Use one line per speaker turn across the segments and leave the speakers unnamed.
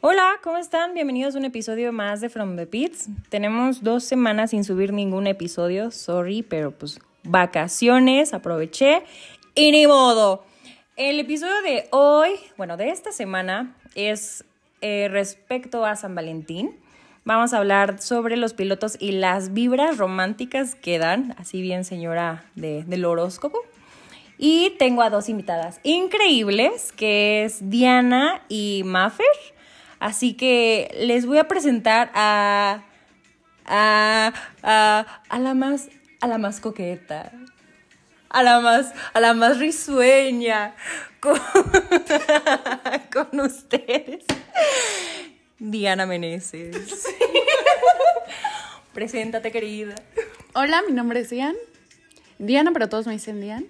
Hola, ¿cómo están? Bienvenidos a un episodio más de From the Pits. Tenemos dos semanas sin subir ningún episodio, sorry, pero pues vacaciones, aproveché y ni modo. El episodio de hoy, bueno, de esta semana, es eh, respecto a San Valentín. Vamos a hablar sobre los pilotos y las vibras románticas que dan, así bien señora de, del horóscopo. Y tengo a dos invitadas increíbles, que es Diana y Maffer. Así que les voy a presentar a, a, a, a la más, a la más coqueta, a la más, a la más risueña con, con ustedes. Diana Meneses. Preséntate, querida.
Hola, mi nombre es Dian. Diana, pero todos me dicen Dian.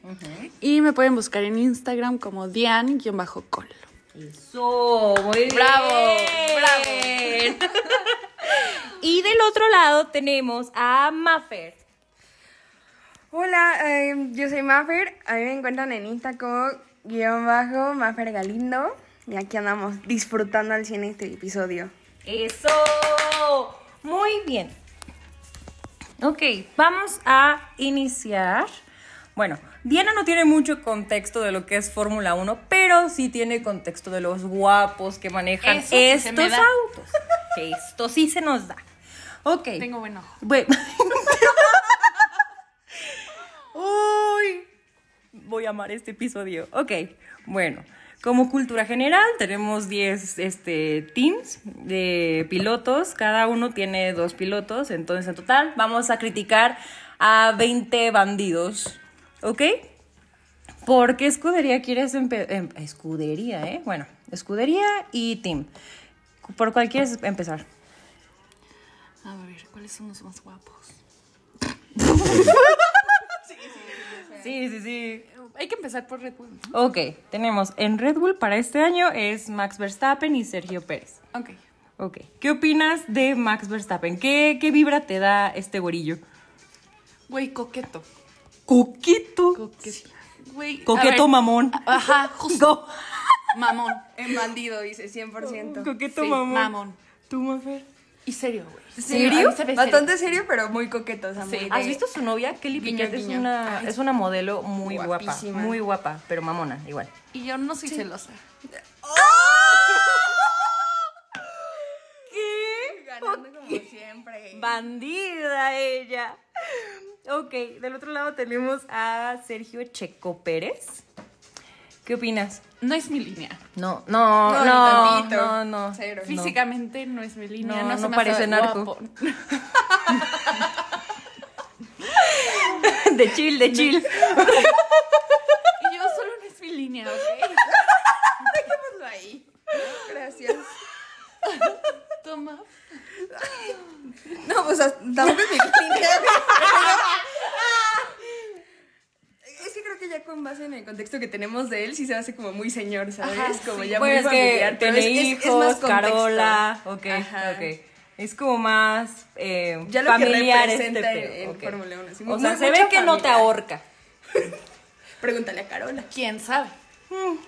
Y me pueden buscar en Instagram como Dian-col.
Eso, muy bien.
Bravo,
bravo. y del otro lado tenemos a Maffer.
Hola, eh, yo soy Maffer. A mí me encuentran en Insta como guión bajo Maffer Galindo. Y aquí andamos disfrutando al cine este episodio.
Eso, muy bien. Ok, vamos a iniciar. Bueno, Diana no tiene mucho contexto de lo que es Fórmula 1, pero sí tiene contexto de los guapos que manejan
Eso sí se me
estos
da.
autos. Que esto sí se nos da. Ok.
Tengo buen ojo.
Bueno. Uy, voy a amar este episodio. Ok, bueno, como cultura general tenemos 10 este, teams de pilotos, cada uno tiene dos pilotos, entonces en total vamos a criticar a 20 bandidos, ¿ok? ¿Por qué escudería quieres empezar? escudería, ¿eh? Bueno, escudería y team. ¿Por cuál quieres empezar?
A ver, ¿cuáles son los más guapos?
Sí, sí, sí.
Hay que empezar por Red Bull. ¿no?
Ok, tenemos en Red Bull para este año es Max Verstappen y Sergio Pérez.
Ok.
Ok, ¿qué opinas de Max Verstappen? ¿Qué, qué vibra te da este gorillo?
Güey, coqueto.
Coquito.
Coqueto. Güey, a
Coqueto
ver. Ah,
mamón.
Ajá,
Go-
justo. Mamón.
En bandido, dice 100%.
Coqueto
Sí,
mamón.
mamón.
¿Tú, Mafer?
Y serio, güey.
¿Serio?
a mí se ve
Bastante serio, pero muy coqueto. o sea,
Sí.
muy
¿Has
de-
visto su novia? Kelly
Guiño,
Piquet es
guiño.
una, es una modelo muy
Guapísima.
guapa. Muy guapa, pero mamona, igual.
Y yo no soy celosa.
Ganando como siempre.
Bandida ella. Ok, del otro lado tenemos a Sergio Checo Pérez. ¿Qué opinas?
No es mi línea.
No, no, no,
No, ni
no,
tantito.
no,
Cero. No.
Físicamente no es mi línea.
No,
No,
no
se me
parece
hace
narco.
guapo.
De chill, de chill.
Y yo solo no es mi línea, ok.
Dejémoslo ahí. Gracias.
Toma.
No, pues hasta- tampoco es mi línea, güey. Es que creo que ya con base en el contexto que tenemos de él, sí se hace como muy señor, ¿sabes? como ya
Bueno,
muy
es que
familiar, pero
tiene
es- es- es
hijos,
más contexto.
Carola. Ok,
Ajá.
ok. Es como más eh,
Ya lo que
familiar este
representa
pedo,
en
ok.
Fórmula Uno, sí,
o
muy-
sea,
muy-
se ve
mucha
que no te
familia.
ahorca.
Pregúntale a Carola.
¿Quién sabe?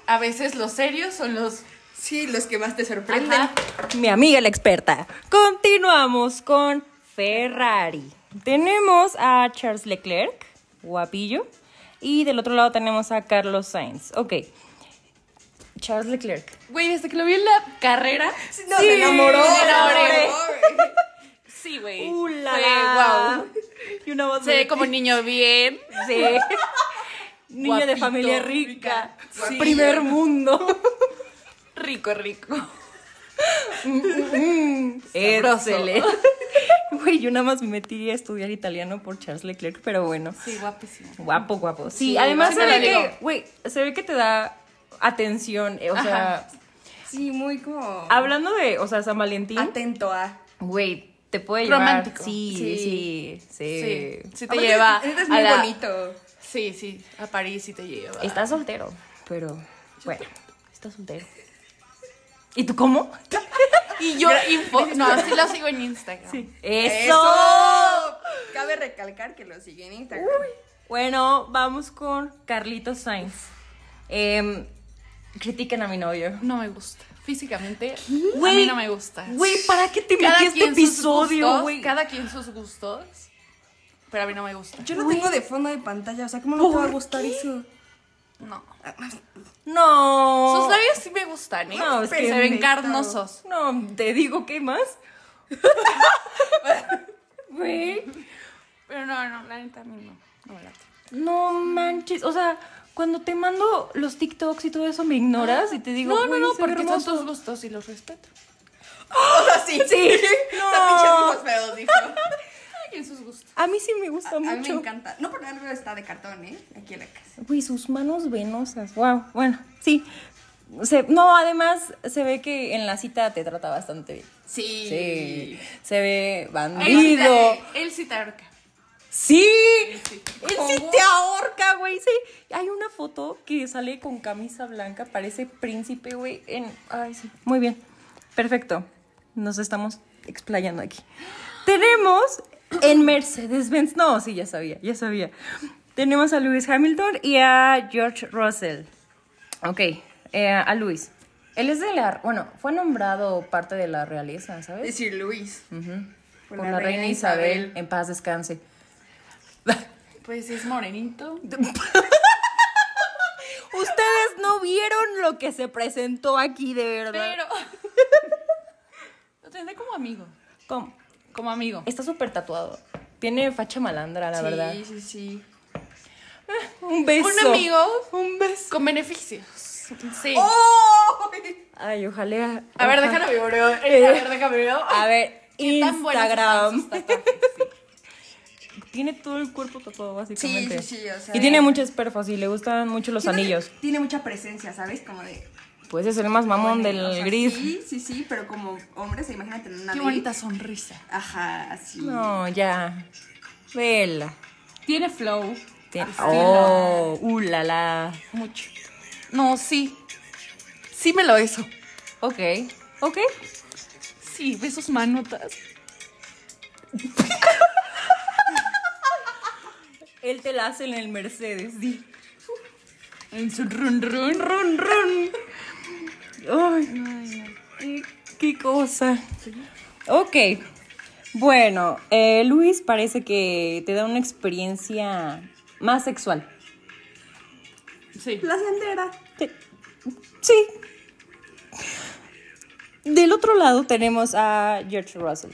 A veces los serios son los...
Sí, los que más te sorprenden.
Ajá.
Mi amiga la experta. Continuamos con Ferrari. Tenemos a Charles Leclerc, guapillo. Y del otro lado tenemos a Carlos Sainz. Ok. Charles Leclerc.
Güey, desde que lo vi en la carrera...
No,
Sí,
se enamoró.
me
se
enamoré.
enamoró, güey.
Sí, güey.
¡Uh, la,
Fue
la!
guau.
Y una voz
Se ve
de-
como niño bien.
Sí. Niño de
Guapito,
familia rica.
rica. Sí.
Primer mundo.
Rico, rico. Sabroso.
Excelente. Güey, yo nada más me metí a estudiar italiano por Charles Leclerc, pero bueno.
Sí, guapísimo.
Guapo, guapo. Sí,
Sí,
además
sí
se
me
ve
lo digo.
que, güey, se ve que te da atención, eh, o sea,
Sí, muy como.
hablando de, o sea, San Valentín,
Atento a.
güey, te puede llevar.
Romántico.
Sí, sí, sí.
Sí, sí te
Aparte,
lleva
este es
a
muy
la-
bonito.
Sí, sí, a París sí te lleva.
Está soltero, pero bueno, está soltero. ¿Y tú cómo?
Y yo info... No, sí lo sigo en Instagram.
¡Eso! Cabe recalcar que lo sigue en Instagram.
Bueno, vamos con Carlitos Sainz. Em, Critiquen a mi novio.
No me gusta. Físicamente, a mí
Güey,
no me gusta.
Güey, ¿para qué te
Cada
metí este
quien sus
episodio,
gustos,
güey?
Cada quien sus gustos. Pero a mí no me gusta.
Yo no tengo de fondo de pantalla, o sea, ¿cómo no te va a
¿Por
gustar eso?
No.
No.
Sus labios sí me gustan, ¿eh?
Oh. No, es
Pero
que
se ven
me-
carnosos.
No, te digo, ¿qué más? Güey.
Pero no, no, la neta a mí no. No me late.
No manches, o sea, cuando te mando los TikToks y todo eso, me ignoras y te digo,
Ah. no, no,
"Güey, se
no,
ve
porque son
hermoso".
tus gustos y los respeto.
sí. Sí.
No.
Los feos, dijo.
Cada quien sus gustos.
A mí sí me gusta
A mí me
mucho.
encanta. No por algo está de cartón, ¿eh? Aquí en la casa.
Güey, sus manos venosas, wow, bueno, sí. Se- no, además se ve que en la cita te trata bastante bien.
Sí.
Sí. Se ve
Él sí,
bandido.
te, él sí te ahorca.
Sí.
sí.
Él
Con
sí
gusto.
te ahorca, güey. Sí. Hay una foto que sale con camisa blanca, parece príncipe, güey. En... Ay, sí. Muy bien. Perfecto. Nos estamos explayando aquí. Tenemos en Mercedes-Benz. No, sí, ya sabía, ya sabía. Tenemos a Lewis Hamilton y a George Russell. Ok, eh, a Lewis. Él es de la. Bueno, fue nombrado parte de la realeza, ¿sabes?
decir, Luis.
Por la, reina, Isabel. en paz descanse.
Pues es morenito.
Ustedes no vieron lo que se presentó aquí, de verdad.
Pero. Lo tendré como amigo.
¿Cómo?
Como amigo.
Está súper tatuado. Tiene facha malandra, la
sí,
verdad.
sí, sí.
Un beso.
Un amigo
Un beso.
con beneficios. Sí.
¡Oh!
Ay, ojalá.
a ver,
ojalá.
déjame ver. A ver, déjame ver.
Eh, A ver,
Qué tan buenos están
Instagram.
sus tatuajes, sí.
Tiene todo el cuerpo tatuado, básicamente.
Sí, sí, sí, o sea,
y tiene muchas perfos y le gustan mucho los
Siento que
anillos.
Tiene mucha presencia, ¿sabes? Como de.
Pues es el más mamón del
o sea,
gris.
Sí, sí, sí, pero como hombre se imagina tener una
Qué
de-
bonita sonrisa.
Ajá, así.
No, ya. Vela.
Tiene flow.
Te-
Estilo.
Oh, uh, la, la.
Mucho. No, sí. Sí me lo beso.
Ok, ok.
Sí, besos manotas.
Él te la hace en el Mercedes, sí.
En su run run.
Run, run. Ay, qué, qué cosa. Ok, bueno, eh, Luis parece que te da una experiencia más sexual.
Sí.
Placentera.
Te- Sí. Del otro lado tenemos a George Russell.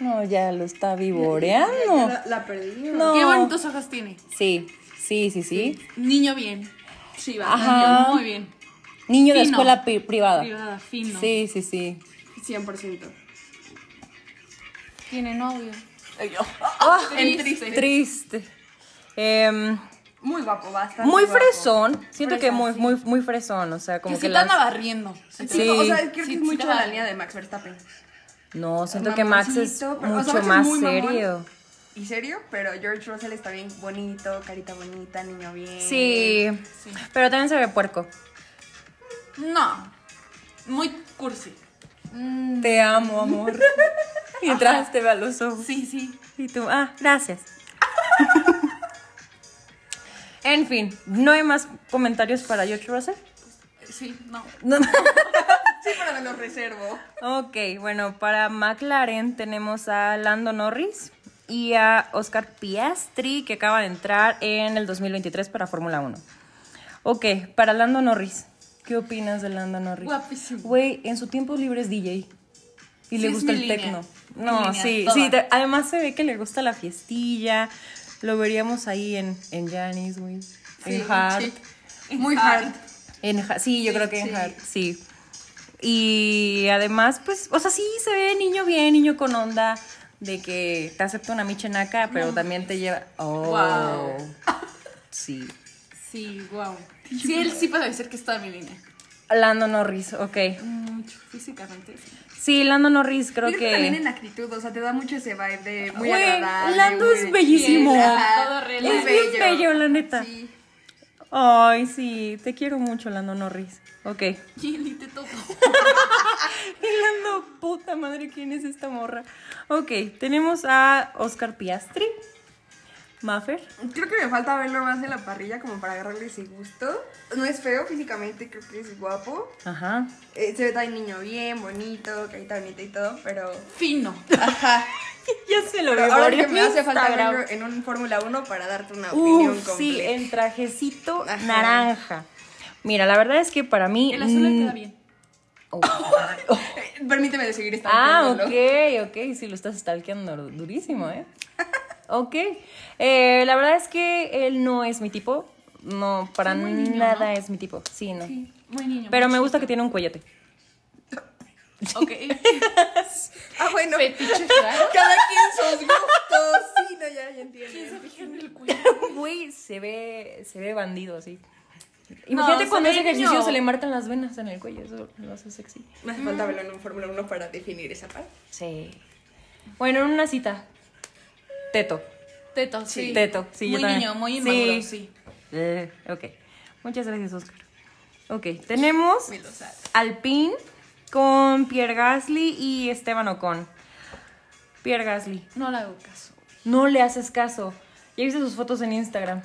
No, ya lo está vivoreando.
La, la perdí.
No.
Qué bonitos ojos tiene.
Sí, sí, sí, sí.
Niño bien.
Sí, va.
Ajá.
Muy bien.
Niño de
Fino.
escuela pri- privada.
Privada, fino.
Sí, sí, sí.
100%.
Tiene novio.
Triste. Ah, Triste. Em,
Muy guapo, bastante.
muy
guapo.
fresón. Siento que
Fresa,
muy,
sí.
muy, muy fresón. O sea, como
Como
que.
que la
las-
anda barriendo.
Sí,
Sí.
O sea, creo
Sí,
que es
sí
mucho
te va.
la línea de Max Verstappen.
No, siento que Max es
Mamoncito, pero- o
mucho
sea, Max es
más
muy mamón
serio.
Y serio, pero George Russell está bien bonito, carita bonita, niño bien.
Sí. Pero también se ve puerco.
No. Muy cursi.
Te amo, amor. Mientras te ve a los ojos.
Sí, sí.
Y tú, ah, gracias. en fin, ¿no hay más comentarios para George Russell?
Sí, no.
No.
Sí, pero me lo reservo.
Ok, bueno, para McLaren tenemos a Lando Norris y a Oscar Piastri que acaba de entrar en el 2023 para Fórmula 1. Ok, para Lando Norris, ¿qué opinas de Lando Norris?
Guapísimo.
Güey, en su tiempo libre es DJ y
Sí,
le
es
gusta
mi
el
línea.
tecno.
Mi
No,
línea,
sí,
toda.
sí, te- además se ve que le gusta la fiestilla. Lo veríamos ahí en en Janis, güey. en Hard.
sí. Muy hard.
En Ja- sí, yo
Sí,
creo que en
sí.
Hart, sí. Y además, pues, o sea, sí se ve niño bien, niño con onda, de que te acepta una michenaca,
Mm.
pero también te lleva. Oh.
Guau.
Sí.
Sí, wow. Sí, él sí puede decir que está en mi línea.
Lando Norris, ok.
Mucho, físicamente. sí.
Sí, Lando Norris, creo
Creo que también en
que.
actitud, o sea, te da mucho ese vibe de muy
Güey,
agradable.
Lando es
muy-
bellísimo.
Sí, ajá.
Todo relax.
Muy
Es
bien bello, la neta.
Sí.
Ay, sí, te quiero mucho, Lando Norris. Ok.
¿Quién y te tocó?
Y Lando, puta madre, ¿quién es esta morra? Ok, tenemos a Oscar Piastri, Maffer.
Creo que me falta verlo más en la parrilla como para agarrarle ese gusto. No es feo físicamente, creo que es guapo.
Ajá.
Eh, se ve tan niño bien, bonito, carita bonita y todo, pero...
Fino.
Ajá.
Ya se lo
Pero
veo
ahora
en
que me hace falta
Instagram.
verlo en un Fórmula 1 para darte una opinión
Uf, sí,
completa.
en trajecito
Ajá.
naranja. Mira, la verdad es que para mí.
El azul le
mm,
queda bien.
oh.
Eh, Permíteme de seguir esta
ah, ok, ok. Sí, lo estás stalkeando du- durísimo, ¿eh? Ok. Eh, la verdad es que él no es mi tipo. No, para
Sí, muy niño,
nada
¿no?
es mi tipo. Sí, no.
Sí, muy niño.
Pero me gusta que tiene un cuellote.
Ok.
Ah, bueno.
Fetiches raros.
Cada quien sus gustos. Sí, no, ya, ya
¿Quién se
entiendo.
fija en el cuello?
Güey, se ve, se ve bandido así. Imagínate
se
cuando
ve
hace ejercicio
niño.
se le marcan las venas en el cuello. Eso lo hace sexy.
Me hace falta verlo en un Fórmula 1 para definir esa parte.
Sí. Bueno, en una cita. Teto.
Teto, sí.
Teto, sí, yo
Muy
también.
niño, muy
Sí.
inmaduro, sí.
Eh, ok. Muchas gracias, Oscar. Ok, tenemos
Me lo sabe.
Alpine con Pierre Gasly y Esteban Ocon. Pierre Gasly,
No le hago caso.
no le haces caso. Ya viste sus fotos en Instagram.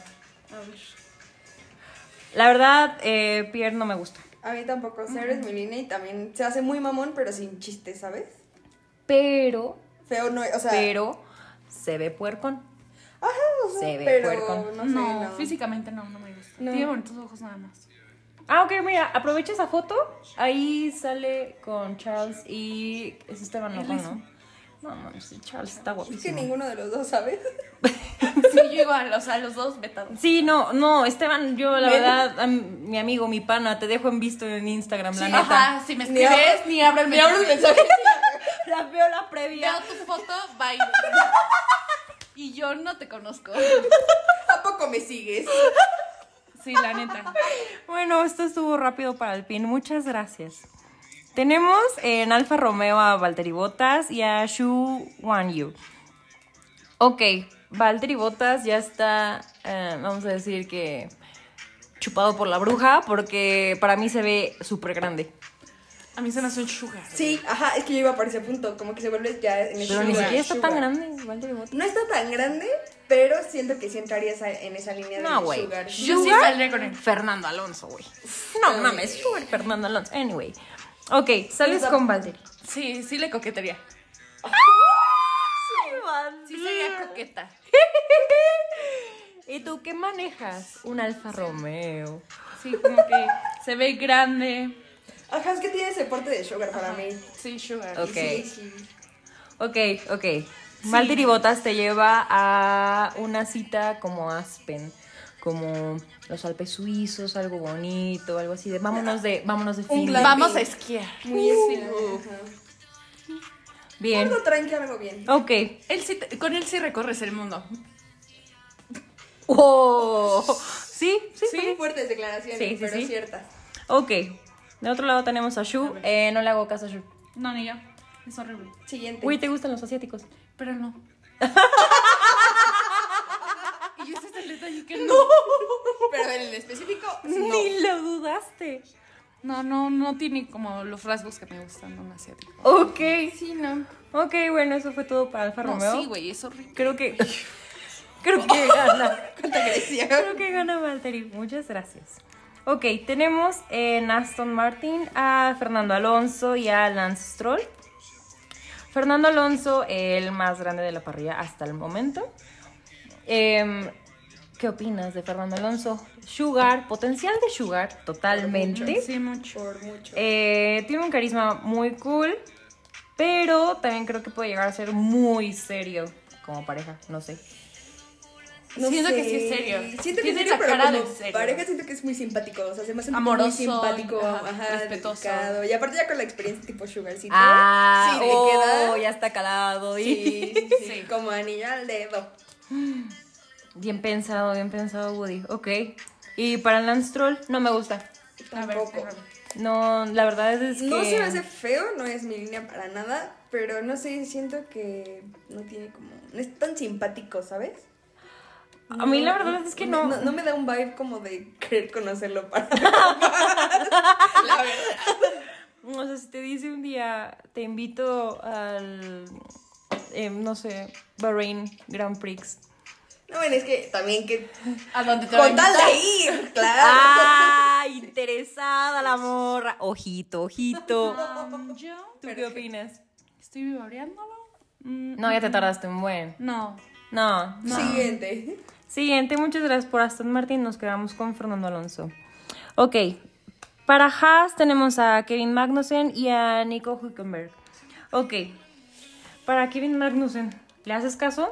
A ver.
La verdad, eh, Pierre no me gusta.
A mí tampoco, cero es mi línea y también se hace muy mamón, pero sin chiste, ¿sabes?
Pero,
Feo no, o sea,
pero, se ve puercón.
ajá, o sea,
se ve
pero
puerco.
no sé,
No,
no.
físicamente no, no me gusta.
No.
Tiene bonitos ojos nada más.
Ah, ok, mira, aprovecha esa foto. Ahí sale con Charles y es Esteban Ocon, ¿no? No, mames, Charles está
Es que
guapísimo.
ninguno de los dos, ¿sabes?
Sí, yo igual, o sea, los dos vetados.
Sí, no, no, Esteban, yo la
Ve-
verdad, am- mi amigo, mi pana, te dejo en visto en Instagram, la
Sí,
neta.
ajá, si me
Ni abro-
escribes, ni abro el
Ni abro el mensaje.
La veo la previa.
Veo tu foto, bye. Y yo no te conozco.
¿A poco me sigues?
Sí, la neta.
Bueno, esto estuvo rápido para el pin, muchas gracias. Tenemos en Alfa Romeo a Valtteri Bottas y a Shu Wan Yu. Ok, Valtteri Bottas ya está, eh, vamos a decir que chupado por la bruja, porque para mí se ve súper grande.
A mí se me hace un sugar.
Sí, ajá, es que yo iba para ese punto, como que se vuelve ya en el
Pero ni
sugar,
siquiera está tan
sugar.
grande Valtteri Bottas.
No está tan grande, pero siento que sí entraría esa- en esa línea
No,
de
güey.
sugar.
Yo sí
Sugar,
saldría con él.
Fernando Alonso, güey. No mames, Sugar Fernando Alonso. Anyway. Ok, sales
Está-
con Valtteri.
Sí, sí le coquetería.
¡Ah!
Sí
Mm.
sería coqueta.
¿Y tú qué manejas? Un Alfa Romeo.
Sí, como que se ve grande.
Ajá, es que tiene ese porte de sugar para mí.
Sí, sugar.
Ok.
Sí, sí.
Ok, ok. Valtteri Bottas te lleva a una cita como Aspen, como los Alpes suizos, algo bonito, algo así de vámonos de vámonos de
Un
fin.
glamping. Uh.
Vamos a esquiar.
Muy así. ajá.
Bien.
Algo tranqui, algo bien.
Ok.
Él sí te- con él sí recorres el mundo.
Oh. Sí, sí, sí.
Muy fuertes declaraciones,
Sí, sí,
pero
sí.
ciertas.
Ok. De otro lado tenemos a Shu. Eh, no le hago caso a Shu.
No, ni yo. Es horrible.
Siguiente.
Uy, ¿te gustan los asiáticos?
Pero no. y ese es el detalle que no.
Pero en el específico, no.
Ni lo dudaste.
No, no, no tiene como los rasgos que me gustan de un asiático.
Ok.
Sí, no.
Ok, bueno, eso fue todo para Alfa
No,
Romeo.
sí, güey, es horrible.
Creo que. Creo que gana.
¿Cuánta crecía?
Creo que gana Valtteri. Muchas gracias. Ok, tenemos en Aston Martin a Fernando Alonso y a Lance Stroll. Fernando Alonso, el más grande de la parrilla hasta el momento. Em, ¿Qué opinas de Fernando Alonso? Sugar, potencial de Sugar, totalmente.
Sí, mucho.
Por mucho.
Eh, tiene un carisma muy cool, pero también creo que puede llegar a ser muy serio como pareja, no sé.
siento que sí es serio.
Siento que es
Tiene
serio,
la
pero
cara
como
de serio.
pareja siento que es muy simpático. O sea, se me hace muy
Amoroso,
simpático.
ajá, respetuoso.
dedicado. Y aparte ya con la experiencia tipo sugarcito.
Ah,
sí, le
oh,
queda.
ya está calado. y-
Sí, sí, sí,
Sí.
Como anillo al dedo.
Bien pensado, bien pensado, Woody. Ok. Y para Lance Troll, no me gusta.
A ver,
Tampoco.
déjame.
No, la verdad es, que.
No se me hace feo, no es mi línea para nada, pero no sé, siento que no tiene como... No es tan simpático, ¿sabes?
A mí la verdad es que no.
No, me da un vibe como de querer conocerlo para... la verdad.
O sea, si te dice un día, te invito al. em, no sé, Bahrain Grand Prix.
No, bueno, es que también que.
¿A dónde te
Con tal de ir, claro.
¡Ah! Interesada la morra. Ojito, ojito.
Yo
¿Tú qué opinas?
estoy vivoreándolo. Mm,
No, ya te tardaste un buen.
No.
No, no.
Siguiente.
Siguiente, muchas gracias por Aston Martin. Nos quedamos con Fernando Alonso. Ok, para Haas tenemos a Kevin Magnussen y a Nico Hülkenberg. Ok, para Kevin Magnussen, ¿le haces caso?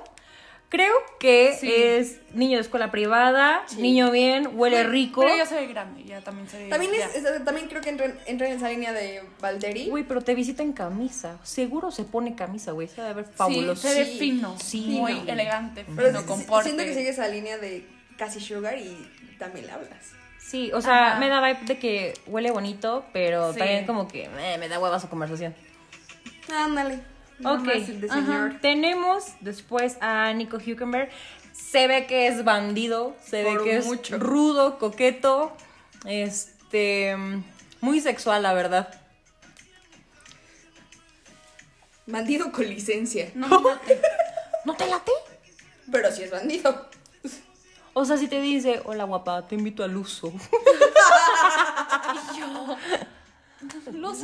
Creo que es niño de escuela privada, niño bien, huele rico.
Pero ya se ve grande, ya también se ve.
También, es,
ya.
es- también creo que entra, en- entra en esa línea de Valderi.
Güey, pero te visita en camisa. Seguro se pone camisa, güey. Se debe ver fabuloso.
Sí, se ve
Sí,
fino.
sí,
Muy
fino.
elegante,
Pero
fino,
si-
con
si-
porte.
siento que sigue esa línea de casi sugar y también le hablas.
Sí, o sea,
Ajá.
me da vibe de que huele bonito, pero
Sí.
también como que eh, me da hueva su conversación.
Ándale.
Ok,
Nomás el de
ajá.
señor.
tenemos después a Nico Hülkenberg. Se ve que es bandido, se ve
Por
que
mucho.
es rudo, coqueto, este, muy sexual, la verdad.
Bandido con licencia.
No, no, no.
¿No te late?
Pero si es bandido.
O sea, si te dice, hola guapa, te invito al uso.
Luz.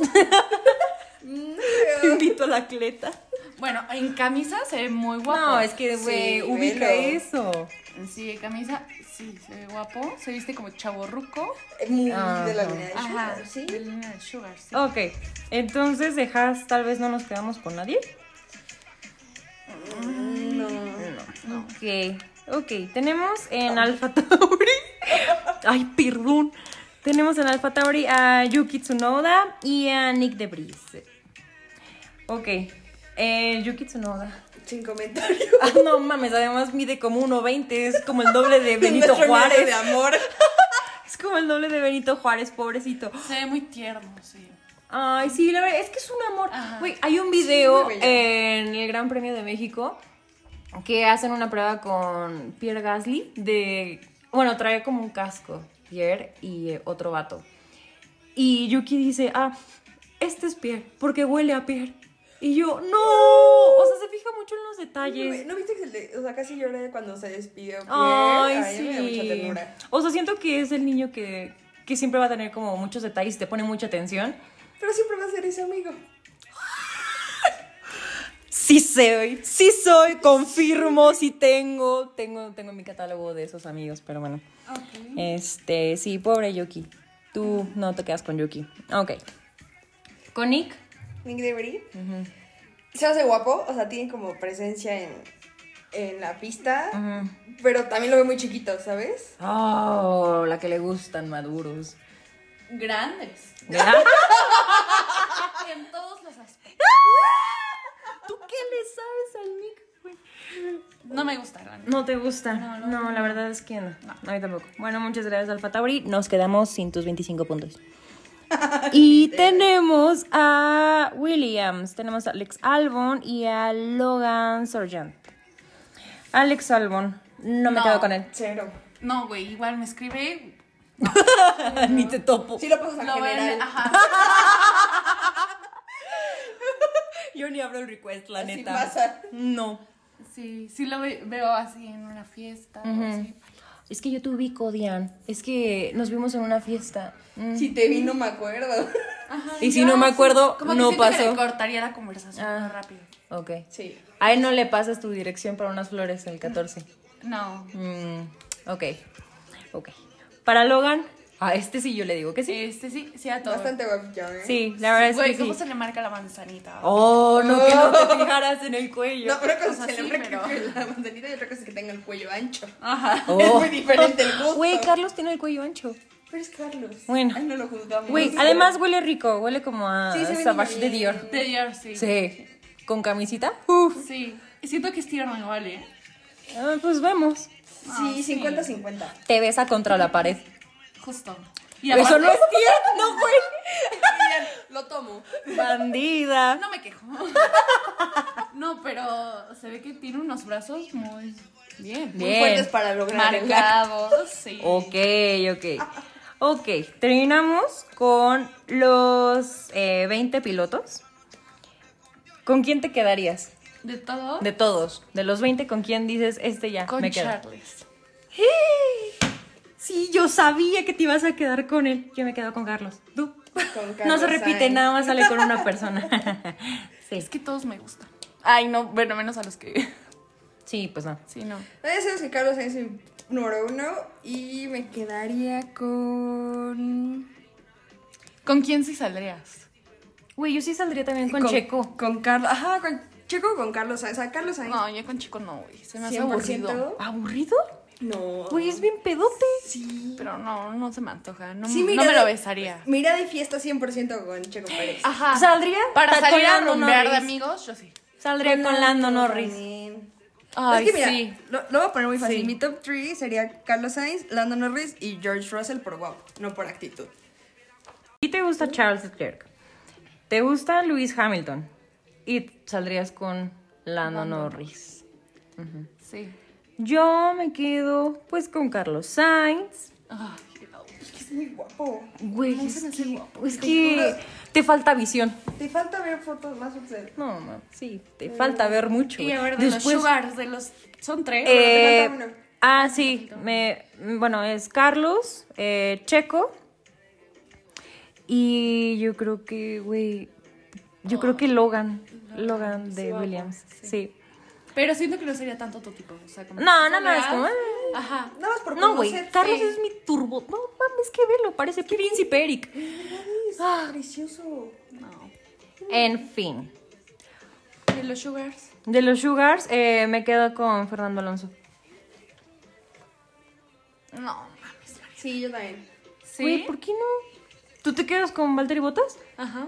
te invito a la cleta.
Bueno, en camisa se ve muy guapo.
No, es que, güey,
Sí,
ubica
velo.
eso.
Sí, en camisa, sí, se ve guapo. Se viste como chaborruco.
Es Muy de la
Ajá.
línea de sugar,
Ajá,
¿sí?
De línea de sugar, sí.
Ok, entonces de Haas tal vez no nos quedamos con nadie. No. Ok, ok. Tenemos en Alpha Tauri. Ay, perdón. Tenemos en Alpha Tauri a Yuki Tsunoda y a Nick de Vries. Ok. eh, Yuki Tsunoda.
Sin comentario.
Ah, no mames, además mide como 1.20, es como el doble de Benito
Nuestro miedo
Juárez.
de amor.
Es como el doble de Benito Juárez, pobrecito.
Se ve muy tierno, sí.
Ay, sí, la verdad es que es un amor.
Ajá.
Güey, hay un video
muy bello.
en el Gran Premio de México que hacen una prueba con Pierre Gasly de... Bueno, trae como un casco, Pierre y eh, otro vato. Y Yuki dice, ah, este es Pierre, porque huele a Pierre. Y yo, no, o sea, se fija mucho en los detalles.
¿No viste que se le- o sea, casi lloré cuando se despidió? Pierre?
Ay,
a mí me da mucha
sí.
ternura.
O sea, siento que es el niño que, que siempre va a tener como muchos detalles y te pone mucha atención.
Pero siempre va a ser ese amigo.
Sí soy, sí soy, confirmo, sí tengo, tengo, tengo mi catálogo de esos amigos, pero bueno. Este, sí, pobre Yuki. Tú no te quedas con Yuki. Ah, Ok. ¿Con Nick?
Nick Debris. Se hace guapo, o sea, tiene como presencia en, en la pista. Pero también lo ve muy chiquito, ¿sabes?
Oh, la que le gustan maduros.
Grandes.
¿Verdad?
En todos los aspectos.
¿Tú qué le sabes al Nick? güey?
No me gusta grande.
No te gusta. No, la verdad es que no. A mí tampoco. Bueno, muchas gracias, Alfa Tauri. Nos quedamos sin tus 25 puntos. y tenemos a Williams, tenemos a Alex Albon y a Logan Sargent. Alex Albon, no me
No.
quedo con él.
Cero.
No, güey, igual me escribe.
Ni te topo.
Sí lo pasas a
Lo ven,
general.
ajá.
Yo ni abro el request, la
Así neta. pasa.
No.
Sí, sí lo ve- veo así en una fiesta. o así.
Es que yo te ubico, Diane. Es que nos vimos en una fiesta. Mm.
Ah.
Si te vi, no me acuerdo.
Ajá,
Y si
ya,
no me
sí.
acuerdo,
Como que
no
siento que
pasó.
le cortaría la conversación
Ah.
rápido.
Ok.
Sí.
A él no le pasas tu dirección para unas flores el 14.
No.
Mm, ok, ok. Para Logan, a este sí yo le digo que sí.
Este sí, sí a todo.
Bastante guapito, ¿eh?
Sí, la verdad es
Güey,
que
¿cómo
sí.
se le marca la manzanita?
Oh, no, que no te fijaras en el cuello.
No, una cosa es
O sea,
que
sí,
el hombre que
pero-
tiene la manzanita y otra cosa es que tenga el cuello ancho.
Ajá.
Es muy diferente el gusto.
Oh. Güey, Carlos tiene el cuello ancho.
Pero es Carlos.
Bueno.
Ay, no lo juzgamos.
Güey, además huele rico, huele como a
Sí, se ve
Savage de
niño bien.
Dior.
De Dior, sí.
Sí, con camisita. Uf,
Sí. Y Siento que es tierno igual, ¿eh?
Ah, pues vemos.
Ah,
Sí, 50-50.
Te besa contra la pared.
Justo. Y
Eso
aparte-
no es tierno, güey.
Lo tomo.
Bandida.
No me quejo. No, pero se ve que tiene unos brazos muy bien.
Muy
Bien. Oh.
fuertes para lograr el acto.
Marcados, sí.
Ok, ok. Ok, terminamos con los eh, 20 pilotos. ¿Con quién te quedarías?
De todo.
De todos. De los 20, ¿con quién dices este ya?
con
me quedo.
Charles.
Sí, yo sabía que te ibas a quedar con él. Yo me quedo con Carlos. Tú.
Con
no
Carlos
se repite,
Sainz.
nada más sale con una persona. sí.
Es que todos me gustan. Ay, no, bueno, menos a los que.
Sí, pues no.
Sí, no.
Voy a ser que Carlos Sainz es mi número uno y me quedaría con...
¿Con quién sí saldrías?
Güey, yo sí saldría también con, Checo.
Con Carlos. Ajá, con Checo o con Carlos Sainz. A Carlos Sainz.
No, yo con chico no, güey. Se me hace
100%.
aburrido.
¿Aburrido?
No.
Güey, es bien pedote.
Sí.
Pero no, no se me antoja. No,
Sí,
no
mira,
me lo
de-
besaría.
Mira de fiesta 100% con Checo Pérez.
Ah,
Ajá.
¿Saldría?
Para
Ta- con
salir a
Lando
rumbear de
Norris.
amigos, yo sí.
Saldría con Lando Norris.
también.
Ay,
es que mira,
sí.
lo, lo voy a poner muy fácil.
Sí.
Mi top 3 sería Carlos Sainz, Lando Norris y George Russell por guapo, no por actitud.
¿Y te gusta Charles Leclerc? ¿Te gusta Lewis Hamilton? Y saldrías con Lando Norris.
Sí.
Yo me quedo pues con Carlos Sainz.
Ay,
Es que es muy guapo.
Güey,
No
es,
se me hace guapo.
que, es que te falta visión.
Te falta ver fotos más obsesivas.
No, no, sí, te falta ver mucho.
Y
güey.
a ver, de los sugars, de los... Son tres.
eh,
te falta uno.
ah, sí, me, bueno, es Carlos, eh, Checo. Y yo creo que, güey, yo creo que Logan, Logan de Williams, sí.
Pero siento que no sería tanto tu tipo. O sea, como eh.
No, no, no, es
¿verdad?
como-
Ajá.
Nada más por
No, güey,
conocer.
Carlos
sí.
es mi turbo. No mames, que velo, parece príncipe Eric.
Es ah. precioso.
No.
En fin.
De los sugars.
De los Sugars, eh, me quedo con Fernando Alonso.
No, mames. María.
Sí, yo también.
¿Sí?
Güey, ¿por qué no? ¿Tú te quedas con Valtteri Botas?
Ajá.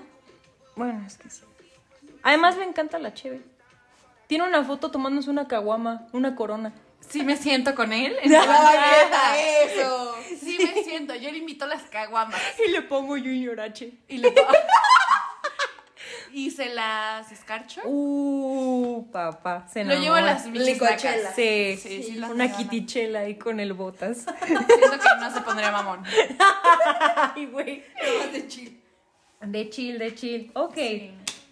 Bueno, es que sí. Además me encanta la cheve. Tiene una foto tomándose una caguama, una corona.
Sí me siento con él.
¡Ah, eso!
Sí me siento. Yo le invito las caguamas.
Y le pongo Junior H.
Y le pongo- Y se las escarcho.
Uh, papá. Se
Lo llevo a las pinches
Licuachela.
vacas.
Sí,
Sí, sí, las
una
regalan.
quitichela ahí con el botas.
Siento que no se pondría mamón.
Ay, güey.
de chill.
De chill, de chill. Ok.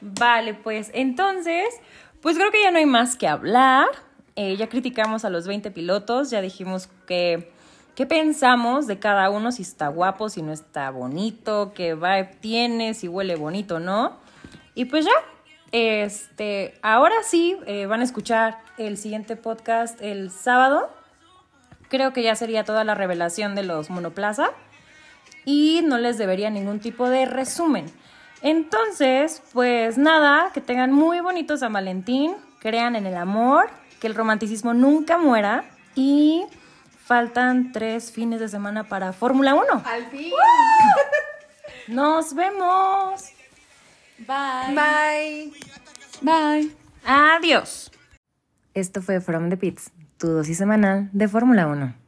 Vale, pues entonces, pues creo que ya no hay más que hablar. Eh, ya criticamos a los 20 pilotos, ya dijimos que qué pensamos de cada uno, si está guapo, si no está bonito, qué vibe tiene, si huele bonito o no. Y pues ya, este, ahora sí, eh, van a escuchar el siguiente podcast el sábado. Creo que ya sería toda la revelación de los monoplaza y no les debería ningún tipo de resumen. Entonces, pues nada, que tengan muy bonito San Valentín, crean en el amor, que el romanticismo nunca muera y faltan tres fines de semana para Fórmula 1.
Al fin.
Nos vemos.
Bye.
Bye.
Bye.
Adiós. Esto fue From the Pits, tu dosis semanal de Fórmula 1.